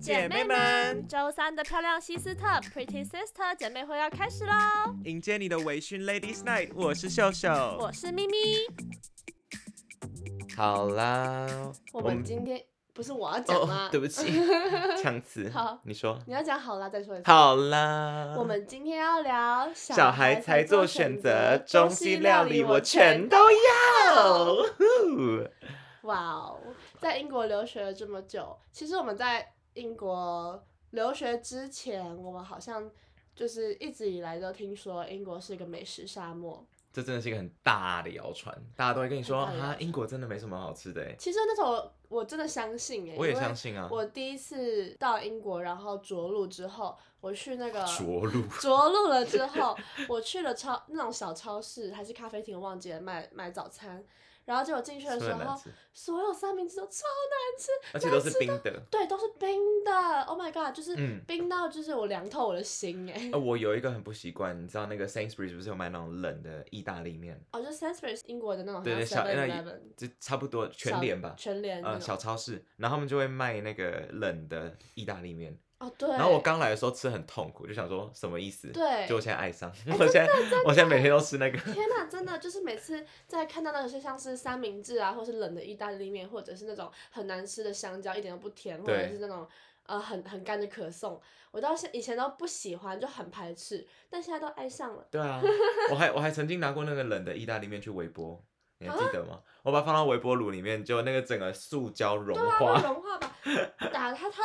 姐妹们，周三的漂亮西斯特 Pretty Sister 姐妹会要开始喽！迎接你的微醺 Ladies Night，我是秀秀。我是咪咪，好啦，我们今天不是我要讲吗？哦，对不 起，强词。好你说。你要讲好啦，再说一次。，好啦，我们今天要聊小孩才做选择，中西料理我全都要。哇哦！在英国留学了这么久，其实我们在英国留学之前，我们好像就是一直以来都听说英国是一个美食沙漠。 这真的是一个很大的谣传，大家都会跟你说很大的啊谣，传英国真的没什么好吃的欸。其实那时候我我真的相信哎、我也因为相信啊，我第一次到英国，然后着陆之后，我去那个着陆。着陆了之后，我去了超那种小超市还是咖啡厅，我忘记了买买早餐。然后结果进去的真时的很难候，吃，所有三明治都超难吃，而且都是冰的。对，都是冰的。Oh my god，就是嗯冰到就是我凉透我的心哎、呃，我有一个很不习惯，你知道那个 Sainsbury's 不是有卖那种冷的意大利面？哦，就 Sainsbury's 英国的那种对对，小 Seven 那 Eleven，就差不多全脸吧，全联那呃，种小。超市，然后他们就会卖那个冷的意大利面。哦，对。然后我刚来的时候吃很痛苦，就想说什么意思？对哎就我现在爱上， 我现在我现在每天都吃那个。 天呐，真的就是每次在看到那些像是三明治啊，或是冷的意大利面，或者是那种很难吃的香蕉，一点都不甜，或者对是那种呃很很干的可颂，我到现以前都不喜欢，就很排斥，但现在都爱上了。对啊，我还我还曾经拿过那个冷的意大利面去微波，你还记得吗？我把它放到微波炉里面，就那个整个塑胶融啊对啊，化，会融化吧。打它，它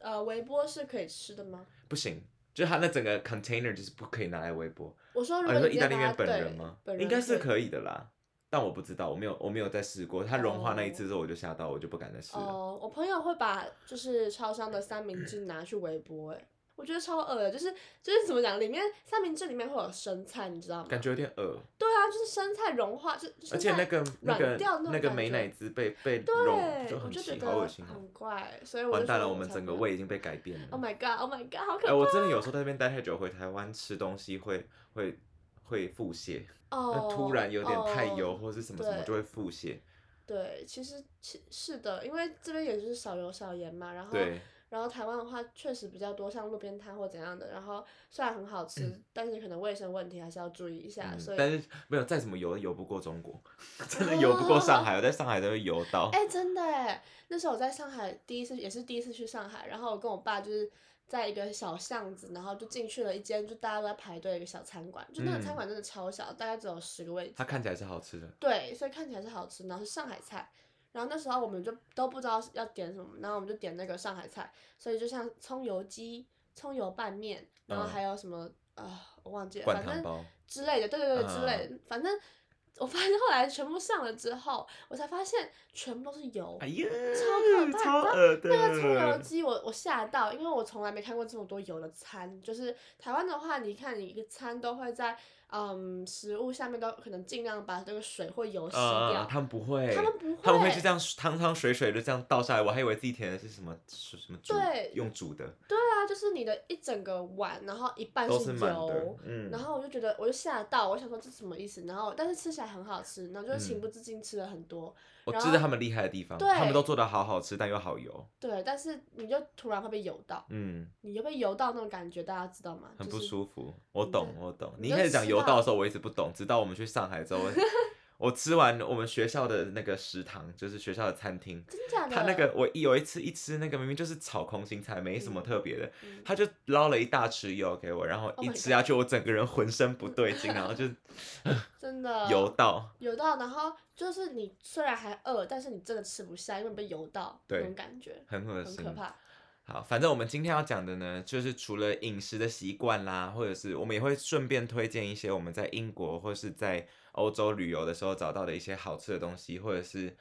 它呃微波是可以吃的吗？不行，就是它那整个 container 就是不可以拿来微波。我说如啊，你说果你意直大接利把它面对本人吗？本人应该是以。可以的啦，但我不知道，我没有我没有再试过。它融化那一次之后，我就吓到，我就不敢再试了。哦，我朋友会把就是超商的三明治拿去微波、哎，我觉得超恶的，就是就是怎么讲，里面三明治里面会有生菜，你知道吗？感觉有点恶，对啊，就是生菜融化，就生而且菜那个那个软掉那种那个感美觉乃滋被被融，对，我很就觉奇，得好恶心哦！很怪，所以我完就蛋说了，我们才整不个要。胃已经被改变了。 Oh my god! Oh my god! 好可哎、怕！我真的有时候在那边待太久，回台湾吃东西会会会腹泻，那哦，突然有点太油、哦或是什么什么对就会腹泻。对，其实其是的，因为这边也就是少油少盐嘛，然后对，嗯然后台湾的话确实比较多像路边摊或怎样的，然后虽然很好吃，但是可能卫生问题还是要注意一下，嗯啊所以但是没有再怎么油都油不过中国， 真的油不过 上海，我在上海都会油到。哎、真的哎，那时候我在上海第一次，也是第一次去上海，然后我跟我爸就是在一个小巷子，然后就进去了一间就大家都在排队的一个小餐馆，就那个嗯餐馆真的超小，大概只有十个位置它，看起来是好吃的，对，所以看起来是好吃，然后是上海菜。然后那时候我们就都不知道要点什么，然后我们就点那个上海菜，所以就像葱油鸡、葱油拌面，然后嗯还有什么呃我忘记了，灌反汤正包。之类的，对对对对之类嗯的，反正我发现后来全部上了之后，我才发现全部都是油，哎呀，超可怕超恶的。那个葱油鸡我，我吓到，因为我从来没看过这么多油的餐。就是台湾的话，你看你一个餐都会在嗯食物下面都可能尽量把这个水或油吸啊、掉，他们不会，他们不会他们会就这样汤汤水水就这样倒下来，我还以为自己填的是什么什什么煮对用煮的，对啊，就是你的一整个碗，然后一半都是满的油。，嗯，然后我就觉得，我就吓到，我想说这什么意思？然后，但是吃起来很好吃，然嗯后就情不自禁吃了很多。我然知后道他们厉害的地方，对他们都做的好好吃，但又好油，对，但是你就突然会被油到，嗯，你就被油到那种感觉，大家知道吗？很就不是舒服。我你懂，就我懂。你你一就开始讲吃油到道的时候，我一直不懂，直到我们去上海之 后，我我吃完我们学校的那个食堂，就是学校的餐厅，真 假的？他那个我一有一次一吃那个明明就是炒空心菜，没什么嗯特别的，嗯他就捞了一大匙油给我，然后 Oh 一 my 吃下去，我整个人浑身不对劲，然后就 真的 油到。油到，然后就是你虽然还饿，但是你真的吃不下，因为你被油到对那种感觉，很恶很心，可怕。好，反正我们今天要讲的呢，就是除了饮食的习惯啦，或者是我们也会顺便推荐一些我们在英国或是在欧洲旅游的时候找到的一些好吃的东西，或者是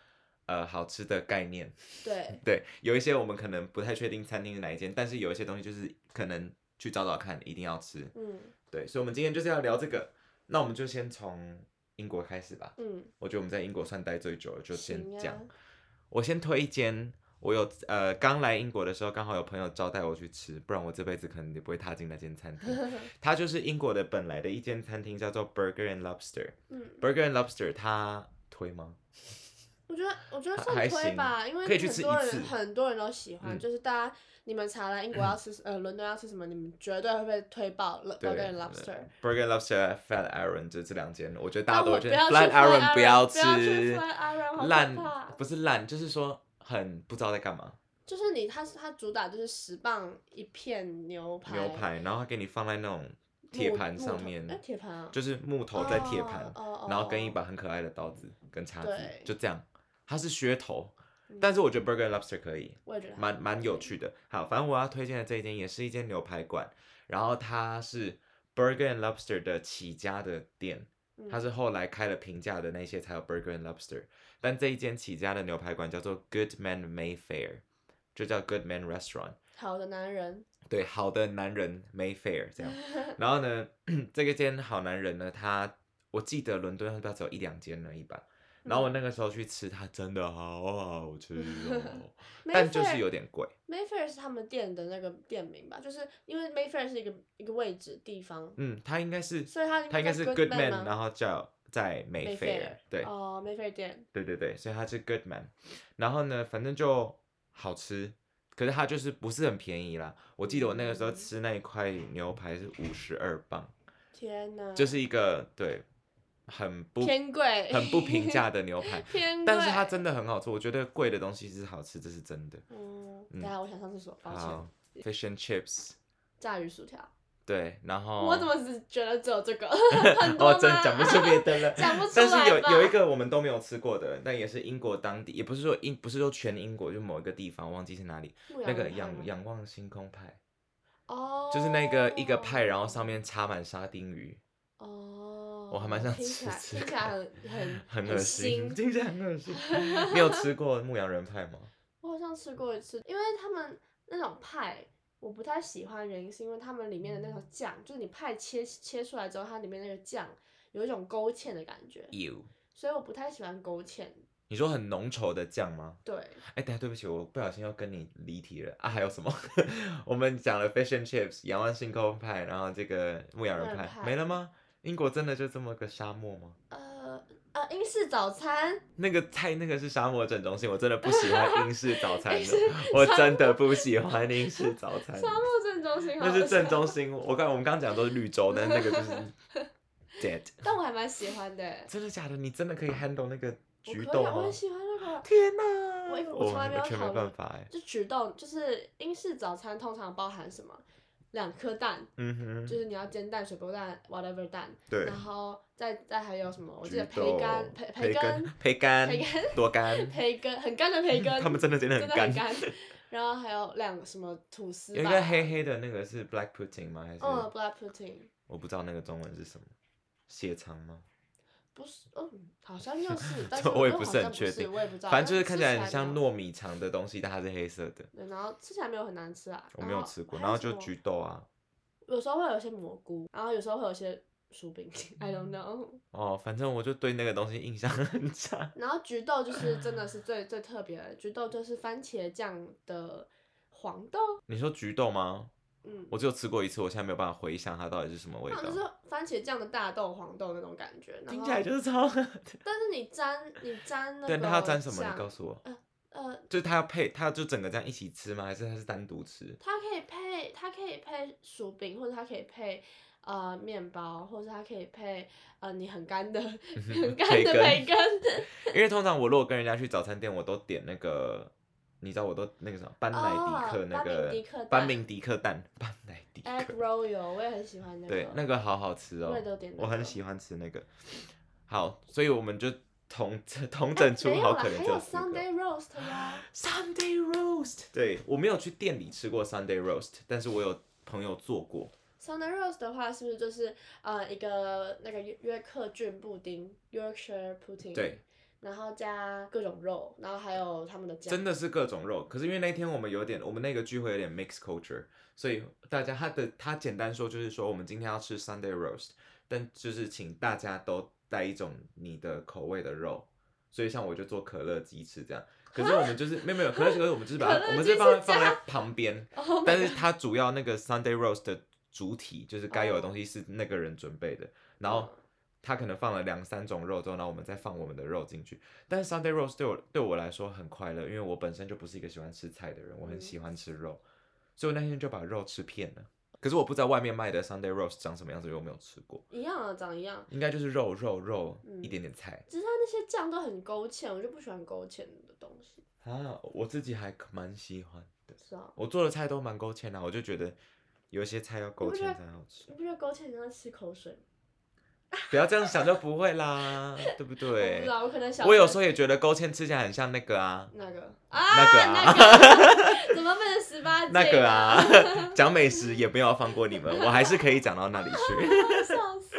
呃好吃的概念。对，对，有一些我们可能不太确定餐厅是哪一间，但是有一些东西就是可能去找找看，一定要吃。嗯对，所以我们今天就是要聊这个，那我们就先从英国开始吧。嗯，我觉得我们在英国算待最久了，就先行啊讲。我先推一间，我有呃刚来英国的时候，刚好有朋友招待我去吃，不然我这辈子可能也不会踏进那间餐 厅。它就是英国的本来的一间餐厅，叫做 Burger and Lobster。嗯 Burger and Lobster 它推吗？我觉得我觉得还啊算还推行吧，因为可以去很吃多一次人很多人都喜欢，嗯就是大家你们查了英国要吃呃伦敦要吃什么，你们绝对会被推爆 l o b 对 u r g e lobster。 Burger Lobster、Fat Iron 这这两间，我觉得大但家都我会觉得不要 Flat 去 Iron Flat Iron，不不要去吃 Flat Iron，好，烂可怕不是烂，就是说很不知道在干嘛。就是你，它是它主打就是十磅一片牛排，牛排，然后它给你放在那种木铁盘木上头面，哎，铁盘啊，就是木头在铁盘，哦哦然后跟哦一把很可爱的刀子跟叉子对，嗯就这样。它是噱头，但是我觉得 Burger Lobster 可以，我也觉得蛮蛮有趣的。好，反正我要推荐的这一间也是一间牛排馆，然后它是 Burger and Lobster 的起家的店，嗯它是后来开了平价的那些才有 Burger and Lobster，但这一间起家的牛排馆叫做 Goodman Mayfair，就叫 Goodman Restaurant。好的男人，对，好的男人 Mayfair 这样。然后呢， 这个间好男人呢，他我记得伦敦它只有一两间而已吧。然后我那个时候去吃，它真的好好吃哦，但就是有点贵。 Mayfair 是他们店的那个店名吧，就是因为 Mayfair 是一个一个位置地方，嗯，它应该是，所以它应它应该该是叫 Goodman， Goodman 吗然后叫在 Mayfair Mayfair，对、哦，Mayfair 店，对对对，所以它是 Goodman。然后呢，反正就好吃，可是它就是不是很便宜啦。我记得我那个时候嗯吃那一块牛排是五十二磅，天哪，就是一个对，很不偏贵，，很不平，价的牛排 偏贵，但是它真的很好吃。我觉得贵的东西是好吃，这是真的。嗯，嗯等下我想上厕所，抱歉，好，fish and chips，炸鱼薯条，对，然后我怎么只觉得只 有这个， 很多哦吗，。真讲不出别的了 讲不出但是有来吧有一个我们都没有吃过的，但也是英国当地，也不是说英不是说全英国，就某一个地方忘记是哪里，牧羊 那个人派吗仰仰望星空派，哦，就是那个一个派，然后上面插满沙丁鱼，哦，我还蛮想听吃起来吃听起来 很很很恶很心， 听起来很恶心。你有吃过牧羊人派吗？我好像吃过一次，因为他们那种派我不太喜欢，原因是因为他们里面的那种酱，就是你派切切出来之后，它里面那个酱有一种勾芡的感觉，有，所以我不太喜欢勾芡。你说很浓稠的酱吗？对，哎，等一下，对不起，我不小心又跟你离题了啊！还有什么？ 我们讲了 fish and chips、仰望星空派，然后这个牧羊人牧羊派人派没了吗？英国真的就这么个沙漠吗？呃呃，英式早餐，那个菜那个是沙漠正中心，我真的不喜欢 英式早餐英的式，我真的不喜欢英式早餐 沙，漠正中心好哎那像，是正中心。我刚我们刚讲的都是绿 洲，但是那个就是 dead。但我还蛮喜欢的。欸真的假的？你真的可以 handle 那个我菊可豆以啊，我吗很？喜欢那个，天哪！我一我我从来没有完全考没虑办法哎。就举动，就是英式早餐通常包含什么？两颗蛋，嗯哼，就是你要煎蛋、水波蛋、whatever 蛋，对然。后再再还有什么？我记得橘豆培干、培培根根、、培根培根、，多干 培根，很干的培 根，他们真的真的真很的很干。干。 然后还有两什么吐司吧，有一个黑黑的那个是 black pudding 吗？还是嗯，black pudding，我不知道那个中文是什么？血肠吗？不是，嗯，好像又 是，但是我也又不好是很像确定我也不知道，反正就是但看吃起来很没像有糯米肠的东西，但它是黑色的。对，然后吃起来没有很难吃啊，我没有吃过，还然有后什就么橘豆啊，有时候会有些蘑菇，然后有时候会有些薯饼，I don't know。 哦，反正我就对那个东西印象很差。 然后菊豆就是真的是最最特别的，菊豆就是番茄酱的黄豆，你说橘豆吗？嗯，我只有吃过一次，我现在没有办法回想它到底是什么味那就道。是番茄酱的大豆黄豆那种感觉。然听后起，来就是超恶的。但是你沾你沾哦那个 对，那它要沾什么？你酱告诉我。呃，就是它要配，它就整个这样一起吃吗？还是它是单独吃？它可以配，它可以配薯饼，或者它可以配呃面包，或者它可以配呃你很干的 很 干的培培根。 因为通常我如果跟人家去早餐店，我都点那个，你知道我都那个什么班奈迪克哦那班明迪克个蛋班明迪克蛋，班奈迪 egg 克， royal 我也很喜欢那个。对，那个好好吃哦我也都点，那我很个喜欢吃那个。好，所以我们就同同整 出哎没有好啦可怜还这有四个。 Sunday roast 呀， Sunday roast，对我没有去店里吃过 Sunday roast，但是我有朋友做过， Sunday roast 的话，是不是就是呃一个那个约约克郡布丁 （Yorkshire pudding）？对。然后加各种肉，然后还有他们的酱。真的是各种肉。可是因为那天我们有点，我们那个聚会有点 mix culture，所以大家他的他简单说就是说，我们今天要吃 Sunday roast，但就是请大家都带一种你的口味的肉。所以像我就做可乐鸡翅这样，可是我们就是没有没有可乐鸡翅，我们就是把它可乐我们鸡是翅放在加放在旁边，哦，但是它主哦嗯要那个 Sunday roast 的主体就是该有的东西是那个人准备的，然后它可能放了两三种肉之后，然后我们再放我们的肉进去。但是 Sunday roast 对我对我来说很快乐，因为我本身就不是一个喜欢吃菜的人，嗯我很喜欢吃肉，所以我那天就把肉吃遍了。可是我不知道外面卖的 Sunday roast 长什么样子，因为我没有吃过，一样啊，长一样。应该就是肉肉肉嗯一点点菜。只是它那些酱都很勾芡，我就不喜欢勾芡的东西，啊，我自己还蛮喜欢的，是啊。我做的菜都蛮勾芡的啊，我就觉得有一些菜要勾不芡觉得才好吃你。不觉得勾芡很像吃口水吗？不要这样想就不会 啦，对不我不对知？道，我可能想我有时候也觉得勾芡吃起来很像那个啊，那个啊，那个啊那个 怎么变成十八禁？那个，啊， 讲美食也不要放过你们，我还是可以讲到那里 去。哦笑死！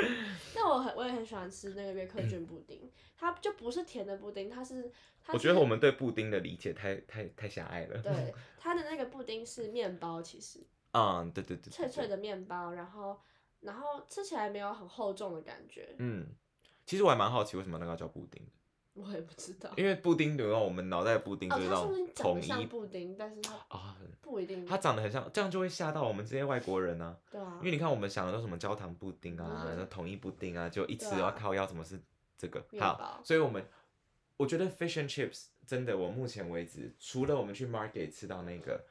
但我很我也很喜欢吃那个约克郡布丁，它就不是甜的布丁，它是它我是觉得我们对布丁的理解太太太狭隘了。对它的那个布丁是面包，其实嗯，对对对，对脆脆。对的面包，然后然后吃起来没有很厚重的感觉，嗯，其实我还蛮好奇为什么那个叫布丁，我也不知道。因为布丁的话，我们脑袋的布丁哦，就是它那说不种定长统得像一布丁，但是它啊，不一定。它长得很像，这样就会吓到我们这些外国人呢、对啊因，为你看我们想的都什么焦糖布丁啊，嗯然后统一布丁啊，就一吃对啊要靠腰，怎么是这个？面好包，所以我们我觉得 fish and chips 真的，我目前为止除了我们去 market 吃到那个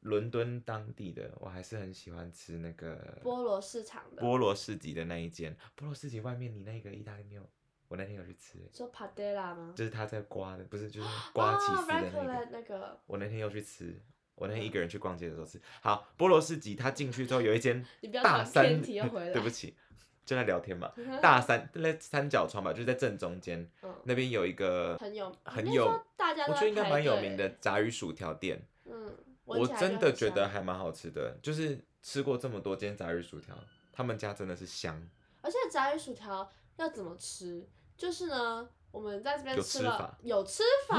伦敦当地的，我还是很喜欢吃那个菠萝市场的菠萝市集的那一间。菠萝市集外面你那个意大利面，我那天有去吃，欸说帕德拉吗？就是他在刮的，不是就是刮起司的那个。哦、那个，嗯我那天又去吃，我那天一个人去逛街的时候吃。好，菠萝市集，它进去之后有一间 你不要大讲三，偏题又回来 对不起，正在聊天 嘛。大三那三角窗吧，就是在正中间嗯，那边有一个很有很那时有候大家都我觉在得应该排蛮有队名的炸鱼薯条店，嗯，闻我起来真就的很觉得香还蛮好吃的，就是吃过这么多间炸鱼薯条，他们家真的是香，而且炸鱼薯条要怎么吃？就是呢，我们在这边有吃吃了法有吃 法，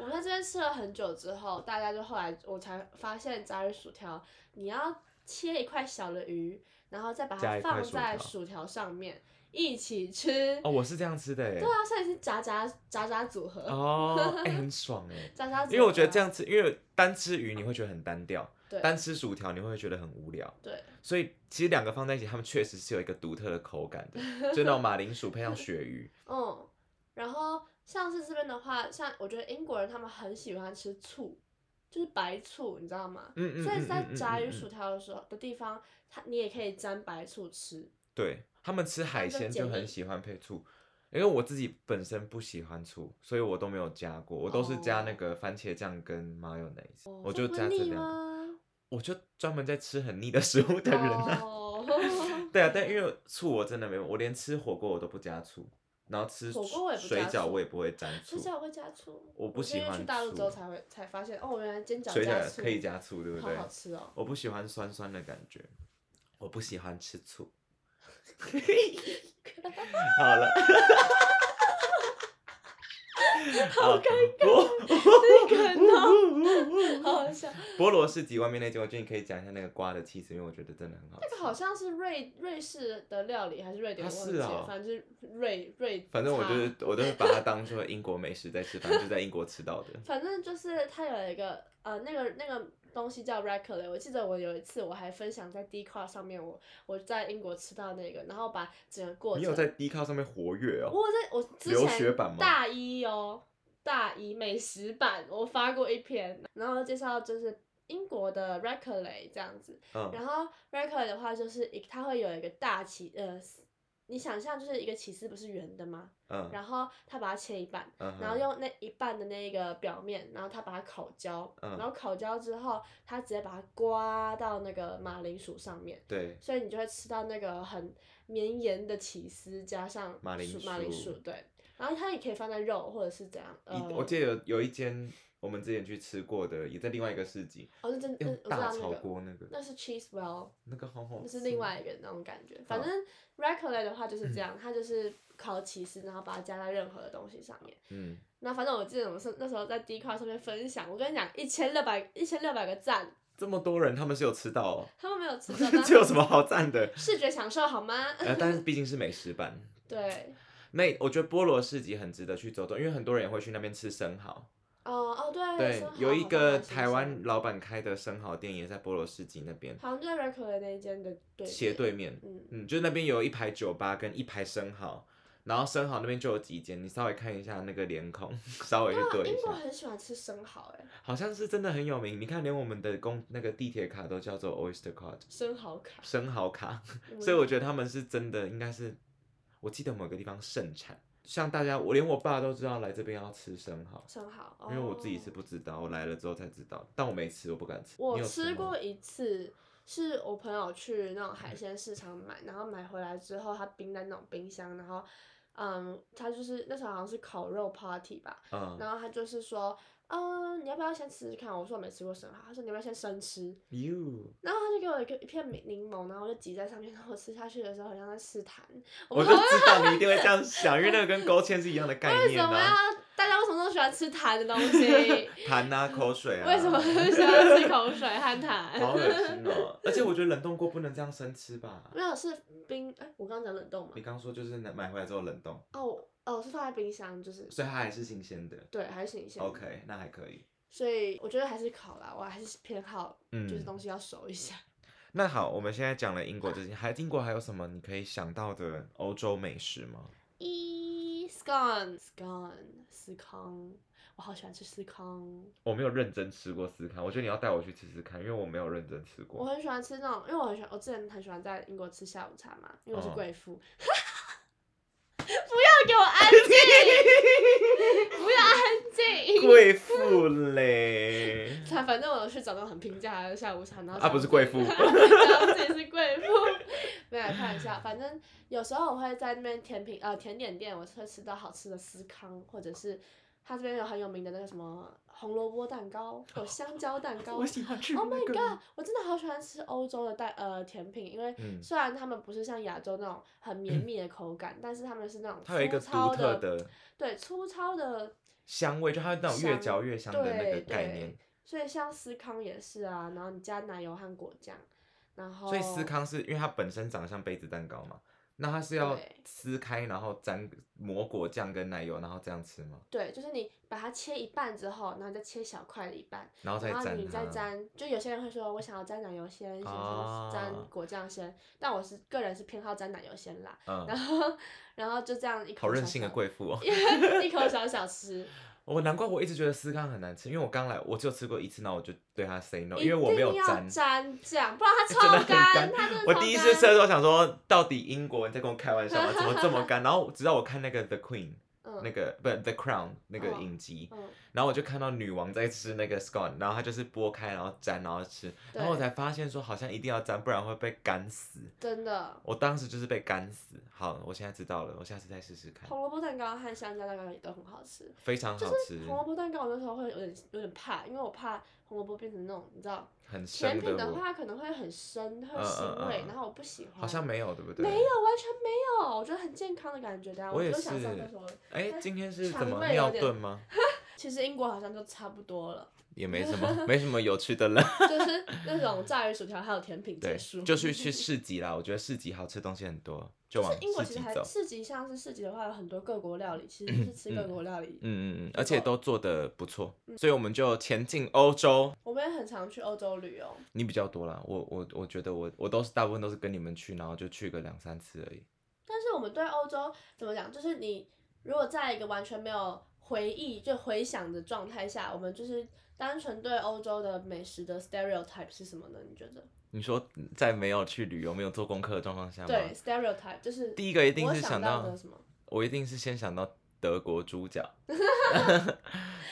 我们在这边吃了很久之后，大家就后来我才发现炸鱼薯条，你要切一块小的鱼，然后再把加一它块放薯在条薯条上面一起吃。哦，我是这样吃的哎对，啊，所以是炸炸炸炸组合，哦，哎、很爽哎，炸炸组合。因为我觉得这样吃，因为单吃鱼你会觉得很单调，对单吃薯条你会觉得很无聊，对所以其实两个放在一起，它们确实是有一个独特的口感 的，就那种马铃薯配上鳕鱼，嗯，然后像是这边的话，像我觉得英国人他们很喜欢吃醋，就是白醋，你知道吗？嗯嗯，所以在嗯嗯嗯炸鱼嗯薯条的时候的地方，它你也可以沾白醋吃。对他们吃海就鲜就简很易喜欢配醋，因为我自己本身不喜欢醋，所以我都没有加过，我都是加那哦个番茄酱跟 mayonnaise，、哦我这就不加这腻两个，吗？我就专门在吃很腻的食物 的人啊。哦，对啊，但因为醋我真的没有，我连吃火锅我都不加醋，然后吃火锅我也不水加饺醋我也不会沾醋水，饺会加醋，我不是喜因为欢去大陆之后醋才会才发现，哦，原来煎饺水加饺醋可以加醋，对不好对？好 吃哦。我不喜欢酸酸的感觉，我不喜欢吃 醋。好了， 好尴尬 好好笑，菠萝市集外面那间，我觉得你可以讲一下那个瓜的气势，因为我觉得真的很好吃。这个好像是瑞瑞士的料理还是瑞典，啊我忘记是了，哦反正就是瑞瑞。反正我就是我都是把它当做英国美食在吃，反正就在英国吃 到的。反正就是它有一个呃，那个那个东西叫 r e c o l e 我记得我有一次我还分享在 d c a r 上面我，我在英国吃到那个，然后把整个过你程，有在 d 靠上面活跃哦？我有在我之留学前版吗大一哦，大一美食版我发过一篇，然后介绍就是英国的 r e c o l e 这样子，嗯，然后 r e c o l e 的话就是一它会有一个大起呃。你想象就是一个起司不是圆的吗？嗯然后它把它切一半，嗯哼，然后用那一半的那个表面，然后他把它烤焦，嗯然后烤焦之后，他直接把它刮到那个马铃薯上面，对，所以你就会吃到那个很绵延的起司加上马铃薯马铃薯薯，对。然后它也可以放在肉或者是怎样，呃一，我记得有有一间我们之前去吃过的，也在另外一个市集，哦，那真那用我知大道那炒个，锅那哦个，那是 cheese well，那个好好那吃。是另外一个那种感嗯觉。反正 r e c o l e 的话就是这样，它就是烤起司，然后把它加在任何的东西上面。嗯，那反正我记得我是那时候在 d 块上面分享，我跟你讲，一千六百一千六百个赞，这么多人他们是有吃到哦，他们没有吃 到，但这有什么好赞 的？视觉享受好吗？呃，但是毕竟是美食版，对，那我觉得菠萝市集很值得去走走，因为很多人也会去那边吃生蚝，哦哦，对对生，蚝有一好个像是台湾生老板开的生蚝店，也在波罗市集那边好像就在 Record 的那一间的对斜对面。嗯，嗯，就是那边有一排酒吧跟一排生蚝，然后生蚝那边就有几间，你稍微看一下那个脸孔， 稍微去哇，对一啊英国下，很喜欢吃生蚝哎，好像是真的很有名。你看，连我们的公那个地铁卡都叫做 Oyster Card 生蚝卡，生蚝卡，嗯所以我觉得他们是真的，应该是我记得某个地方盛产，像大家我连我爸都知道来这边要吃生蚝，生蚝，因为我自己是哦不知道，我来了之后才知道，但我没吃，我不敢吃。你我有吃吃吗过一次，是我朋友去那种海鲜市场买，然后买回来之后，他冰在那种冰箱，然后，嗯，他就是那时候好像是烤肉 party 吧，嗯，然后他就是说，嗯，你要不要先吃吃看？我说我没吃过生蚝，他说你要不要先生吃？哟，然后他就给我一个一片柠柠檬，然后我就挤在上面，然后我吃下去的时候好像在试痰，我就知道你一定会这样想，因为那个跟勾芡是一样的概为念什么啊。要大家为什么都喜欢吃痰的东西？ 痰啊，口水啊。为什么喜欢吃口水和 好恶痰？心 哦！而且我觉得冷冻过不能这样生吃吧？没有是冰，哎、我刚刚讲冷冻嘛你。刚说就是拿买回来之后冷冻，哦哦，是放在冰箱，就是所以它还是新鲜的。对，还是新鲜的。 OK，那还可以。所以我觉得还是烤啦，我还是偏好就是嗯，东西要熟一下。那好，我们现在讲了英国这些，还英国还有什么你可以想到的欧洲美食吗？一 scone scone 司康，我好喜欢吃司康，我没有认真吃过司康，我觉得你要带我去吃吃看，因为我没有认真吃我过。很喜欢吃那种，因为我很喜欢，我之前很喜欢在英国吃下午茶嘛，因为我是嗯贵妇。不要给我安静，不要安 静。，贵妇嘞 反反正我去找那种很平价的下午茶，然后啊不是贵妇然啊后自己是贵妇， 没有开玩笑。反正有时候我会在那边甜品呃甜点店，我会吃到好吃的司康，或者是他这边有很有名的那个什么红萝卜蛋糕，有香蕉蛋 糕。Oh 喜欢吃 my god！我真的好喜欢吃欧洲的蛋呃甜品，因为嗯虽然他们不是像亚洲那种很绵密的口感，但是他们是那种它有一粗个糙独特的，的对粗糙的香味，就它那种越香嚼越香的那个对概念对。，所以像司康也是啊，然后你加奶油和果酱，然后所以司康是因为它本身长得像杯子蛋糕嘛，那它是要对撕开然后沾抹果酱跟奶油，然后这样吃吗？对，就是你把它切一半之后，然后你再切小块的一半，然后再然后沾啊你再它沾，就有些人会说我想要沾奶油先，有些人哦说沾果酱先，但我是个人是偏好沾奶油先啦，然嗯，后然后就这样一口好任小性的小，贵妇哦！ 一口小小吃，我难怪我一直觉得司康很难吃，因为我刚来我就吃过一次，然后我就对它 say no，一 因为我没有定要沾。沾酱，不然它真的超很干它真的我超第一次吃的干时候想说，到底英国人在跟我开玩笑吗？怎么这么 干？然后直到我看那个 The Queen，嗯那个不 The Crown 那个哦影集，嗯，然后我就看到女王在吃那个 scone，然后她就是剥开然后沾然后吃，然后我对才发现说好像一定要沾，不然会被干死。真的，我当时就是被干死。好，我现在知道了，我下次再试试看，红萝卜蛋糕和香蕉蛋糕也都很好吃。非常就好吃是红，萝卜蛋糕，我那时候会有点有点怕，因为我怕红萝卜变成那种你知道，很甜深品的的我，话可能会很深，会嗯有嗯腥味，嗯然后我不喜欢。好像没有，对不对？没有，完全没有，我觉得很健康的感觉。等下我也就是想上厕所了。哎，今天是怎肠么胃有尿点遁吗？其实英国好像就差不多了，也没什 么，没什么有趣的了。就是那种炸鱼薯条还有甜品对结束。，就是去市集啦。我觉得市集好吃的东西很多，就往英国市其实集还走。嗯市集，像是市集的话，有很多各国料理，其实是吃各国料理。嗯嗯嗯，不而且错嗯都做的不错，所以我们就前进欧洲。我们也很常去欧洲旅游，你比较多啦，我我我觉得我我都是大部分都是跟你们去，然后就去个两三次而已。但是我们对欧洲怎么讲？就是你如果在一个完全没有回忆、就回想的状态下，我们就是单纯对欧洲的美食的 stereotype 是什么呢？你觉得？你说在没有去旅游、没有做功课的状况下吗？对，stereotype 就是第一个一定我是想到的什么？我一定是先想到德国猪 脚，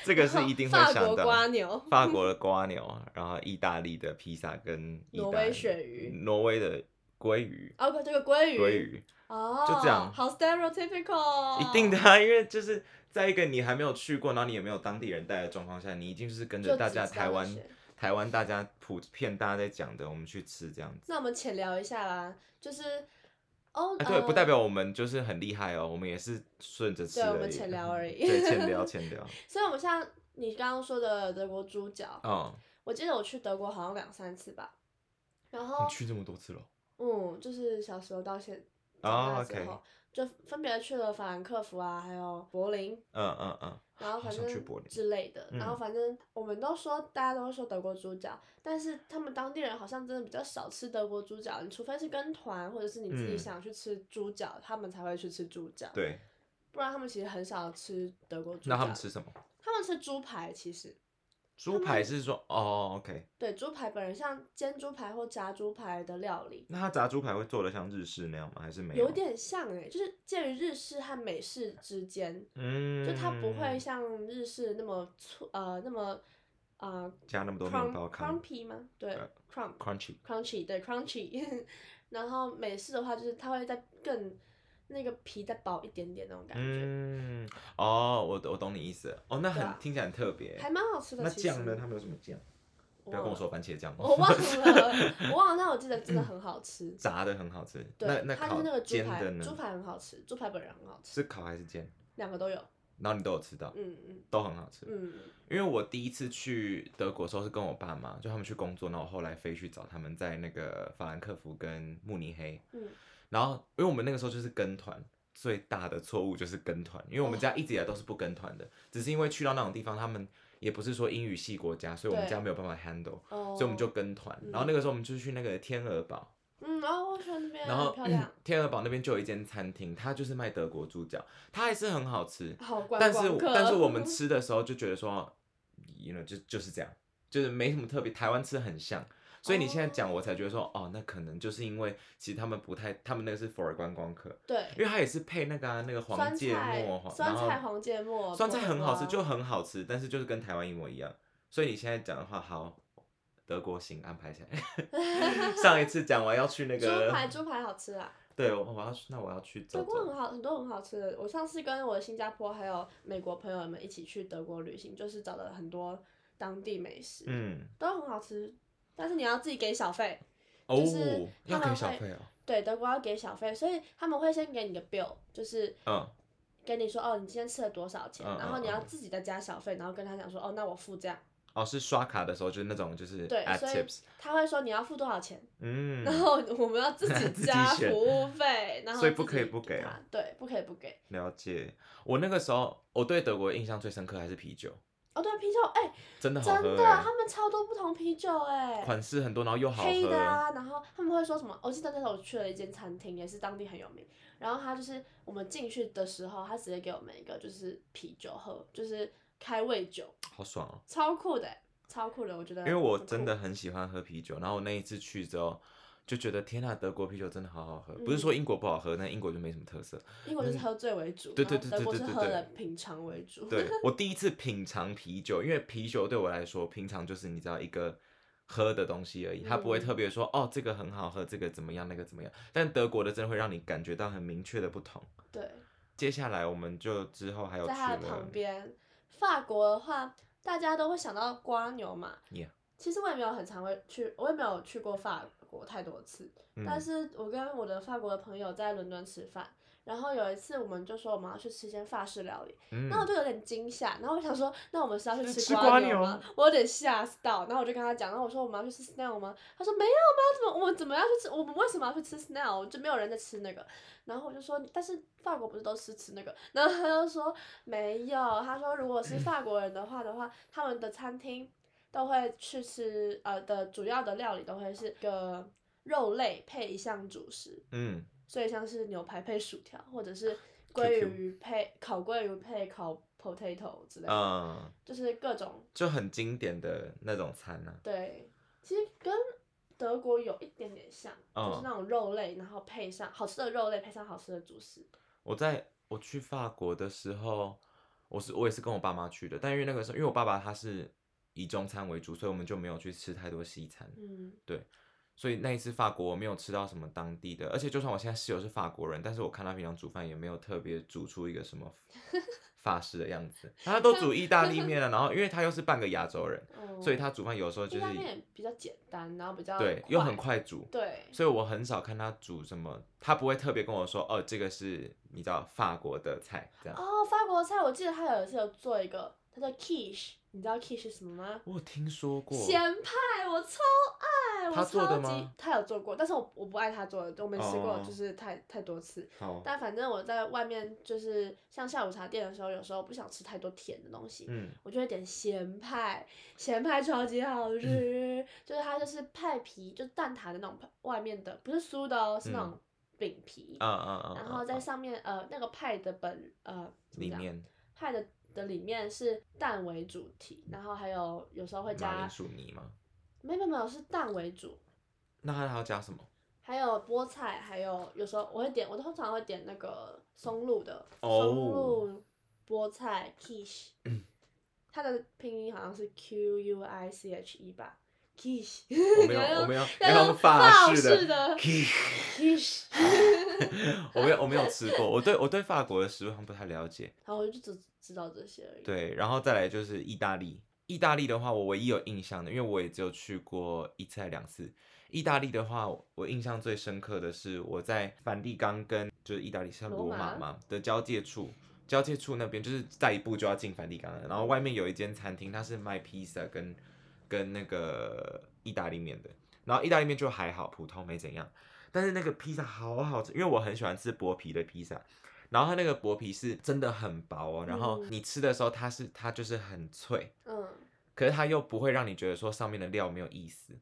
这个是一定会法想国瓜到。牛，法国的瓜牛，然后意大利的披萨跟意挪大威利鳕鱼挪威的鲑鱼，哦，这个鲑鱼，鲑鱼哦，就这样好 stereotypical，一定的、啊，因为就是在一个你还没有去过，然后你也没有当地人带的状况下，你一定就是跟就着大只家知道台那湾些台湾大家普遍大家在讲的，我们去吃这样子。那我们浅聊一下啦，就是欧，啊，对，不呃代表我们就是很厉害哦，我们也是顺着吃对而已。我们浅聊而已 对，浅聊浅聊。所以我们像你刚刚说的德国猪脚，哦，我记得我去德国好像两三次吧，然后你去这么多次了？嗯，就是小时候到现哦长大之，OK 后，就分别去了法兰克福啊，还有柏林，嗯嗯嗯，然后好反想去柏正林之类的，然后嗯反正我们都说大家都会说德国猪脚，但是他们当地人好像真的比较少吃德国猪脚，你除非是跟团或者是你自己嗯想去吃猪脚，他们才会去吃猪脚，对，不然他们其实很少吃德国猪脚。那他们吃什么？他们吃猪排，其实猪排是说哦，OK，对猪排本人像煎猪排或炸猪排的料理，那他炸猪排会做的像日式那样吗？还是没有点像哎、就是介于日式和美式之间，嗯，就它不会像日式那么粗呃那么呃加那么多 crun- 面包糠 crumpy 吗？对呃，crump crunchy， crunchy 对 crunchy，然 后美式的话就是它会再更那个皮再薄一点点那种感觉，嗯，哦，我我懂你意思了，哦，那对很、啊听起来很特别。还蛮好吃的。那其酱实呢？他们有什么酱？不要跟忘我了说番茄酱哦，我忘了，我忘了，但我记得真的很好吃。炸的很好吃。那对，那它就烤是那个猪煎的排，呢？猪排很好吃，猪排本人很好吃，是烤还是煎？两个都有。然后你都有吃到，嗯嗯都很好吃。嗯，因为我第一次去德国的时候是跟我爸妈，就他们去工作，然后我后来飞去找他们在那个法兰克福跟慕尼黑。嗯，然后因为我们那个时候就是跟团，最大的错误就是跟团，因为我们家一直以来都是不跟团的，只是因为去到那种地方，他们也不是说英语系国家，所以我们对家没有办法 handle，哦，所以我们就跟团。嗯然后那个时候我们就去那个天鹅堡，嗯，然后我喜欢那边然后嗯很漂亮，天鹅堡那边就有一间餐厅，它就是卖德国猪脚，它还是很好吃。好啊观但是光我客。但是 我们吃的时候就觉得说，you know 就就是这样，就是没什么特别，台湾吃很像。所以你现在讲，我才觉得说，哦，那可能就是因为其实他们不太，他们那个是 for 观光客，对因为它也是配那个啊，那个黄酸芥菜末，黄酸菜然后黄芥末酸菜菠萝很好啊吃，就很好吃，但是就是跟台湾一模一样。所以你现在讲的话，好，德国行安排起来。 上一次讲完要去那猪排个，猪排好吃啊，对，我我要去，那我要去走德国很走。好，很多很好吃的。我上次跟我的新加坡还有美国朋友们一起去德国旅行，就是找了很多当地美食，嗯，都很好吃。但是你要自己给小费，哦是，他要给们小会费哦，对，德国要给小费，所以他们会先给你个 bill，就是嗯，跟你说哦，你今天吃了多少钱，嗯然后嗯你要嗯自己再加小费，然后跟他讲说哦，那我付这样。哦，是刷卡的时候，就是那种就是对 add 所以 tips，他会说你要付多少钱，嗯，然后我们要 自自己己加选服务费，然后所以不自可以己不给他哦对，不可以不给。了解。我那个时候，我对德国印象最深刻还是啤酒，哦，对，啤酒，哎、真的好真喝、的，啊欸他，们超多不同啤酒哎、款式很多，然后又好黑的喝，哦啊，然后他们会说什么？我记得那时候我去了一间餐厅，也是当地很有名。然后他就是我们进去的时候，他直接给我们一个就是啤酒喝，就是开胃酒，好爽哦。超酷的欸、超啊酷的，我觉得。因为我真的，很喜欢喝啤酒，然后我那一次去之后。就觉得天呐，啊德国啤酒真的好好喝，不是嗯说英国不好喝，那英国就没什么特色。英国就是喝醉为嗯主，对对对然后德国对是对喝对了品尝为主。对 我第一次品尝啤酒，因为啤酒对我来说，平常就是你知道一个喝的东西而已，它不会嗯特别说哦这个很好喝，这个怎么样，那个怎么样。但德国的真的会让你感觉到很明确的不同。对，接下来我们就之后还有去在它的旁了，边。法国的话，大家都会想到瓜牛嘛。 Yeah 其实我也没有很常会去，我也没有去过法国太多次。但嗯，是我跟我的法国的朋友在伦敦吃饭，然后有一次我们就说我们要去吃一间法式料理，嗯那我就有点惊吓，然后我想说，那我们是要去是吃吃瓜瓜牛吗？我有点吓到，然后我就跟他讲，然后我说我们要去吃 snail 吗？他说没有，啊我们要怎么我们怎么要去吃？我们为什么要去吃 snail？就没有人在吃那个。然后我就说，但是法国不是都是吃那个？然后他就说没有，他说如果是法国人的话的话，他们的餐厅都会去吃呃的主要的料理都会是个肉类配一项主食，嗯，所以像是牛排配薯条，或者啊是鲑 QQ 鱼配烤鲑鱼配烤 potato 之类的，嗯，就是各种就很经典的那种餐啊呢、对。其实跟德国有一点点像，嗯就是那种肉类，然后配上好吃的肉类，配上好吃的主食。我在我去法国的时候，我是我也是跟我爸妈去的，但因为那个时候，因为我爸爸他是以中餐为主，所以我们就没有去吃太多西餐。嗯，所以那一次法国我没有吃到什么当地的，而且就算我现在室友是法国人，但是我看他平常煮饭也没有特别煮出一个什 么法式的样子，他都煮意大利面啊 了，然后因为他又是半个亚洲人，哦所以他煮饭有时候就意是大利面比较简单，然后比较对又很，快煮，对，所以我很少看他煮什么，他不会特别跟我说哦，这个是你知道法国的菜这样。哦，法国菜，我记得他有一次有做一个，它叫 quiche，你知道 quiche 是什么吗？我有听说过，咸派，我超爱，爱，我他做的超吗哦级他有做过，但是我我不爱他做的，我没吃过，就是太、太多次。好，但反正我在外面就是像下午茶店的时候，有时候不想吃太多甜的东西，嗯，我就会点咸派，咸派超级好 吃，就是它就是派皮，就是蛋挞的那种派，外面的不是酥的哦，是那嗯种饼皮，啊啊啊，然后啊在啊上面呃那个派的本呃怎么里讲面派的的里面是蛋为主题，然后还有有时候会马加铃，薯泥吗？没有没有没有是蛋为主，那它还要加什 么？还有菠菜，还有有时候我会点，我通常会点那个松露的、哦松露菠菜 quiche，它的拼音好像是 Q U I C H E 吧，quiche， 我们有，我要们用有要要用用法式式的 quiche， 我没有，我没有吃过。我对我对法国的食物好像不太了解。然后我就只知道这些而已。对，然后再来就是意大利。意大利的话，我唯一有印象的，因为我也只有去过一次还两次。意大利的话，我印象最深刻的是我在梵蒂冈跟就是意大利像罗罗马马嘛的交界处，交界处那边就是再一步就要进梵蒂冈了。然后外面有一间餐厅，它是卖披萨跟跟那个意大利面的。然后意大利面就还好，普通没怎样。但是那个披萨好好吃，因为我很喜欢吃薄皮的披萨。然后它那个薄皮是真的很薄哦，然后嗯你吃的时候它是它就是很脆，嗯，可是它又不会让你觉得说上面的料没有意思，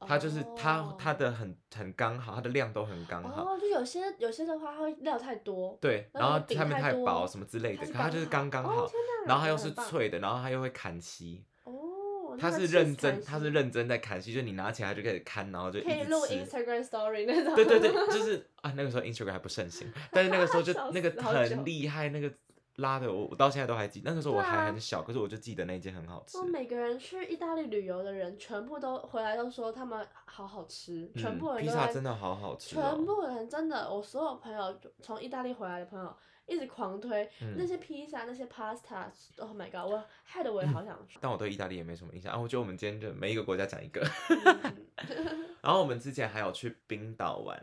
它就是它哦它的很很刚好，它的量都很刚好，哦，就有些有些的话，它会料太多，对，然后然后饼它们太太多薄什么之类的，可它是它就是刚刚好哦，天哪然后它又真是的很棒脆的，然后它又会砍锡，哦，它那是 cheese 认真，才它是认真在砍锡，就是你拿起来就开始砍，然后就一可以直录吃。 Instagram Story 那 种。对对对，就是啊，那个时候 Instagram 还不盛 行，但是那个时候就笑那个死好久很厉害，那个拉的我我到现在都还记，那个时候我对啊还很小，可是我就记得那一间很好吃说。每个人去意大利旅游的人，全部都回来都说他们好好吃，全部人披都萨在嗯真的好好吃哦、全部人真的，我所有朋友就从意大利回来的朋友一直狂推、嗯那些披萨、那些 pasta，Oh my god，我害得嗯我也好想 去。但我对意大利也没什么印象啊，我觉得我们今天就每一个国家讲一个。 嗯然后我们之前还有去冰岛玩，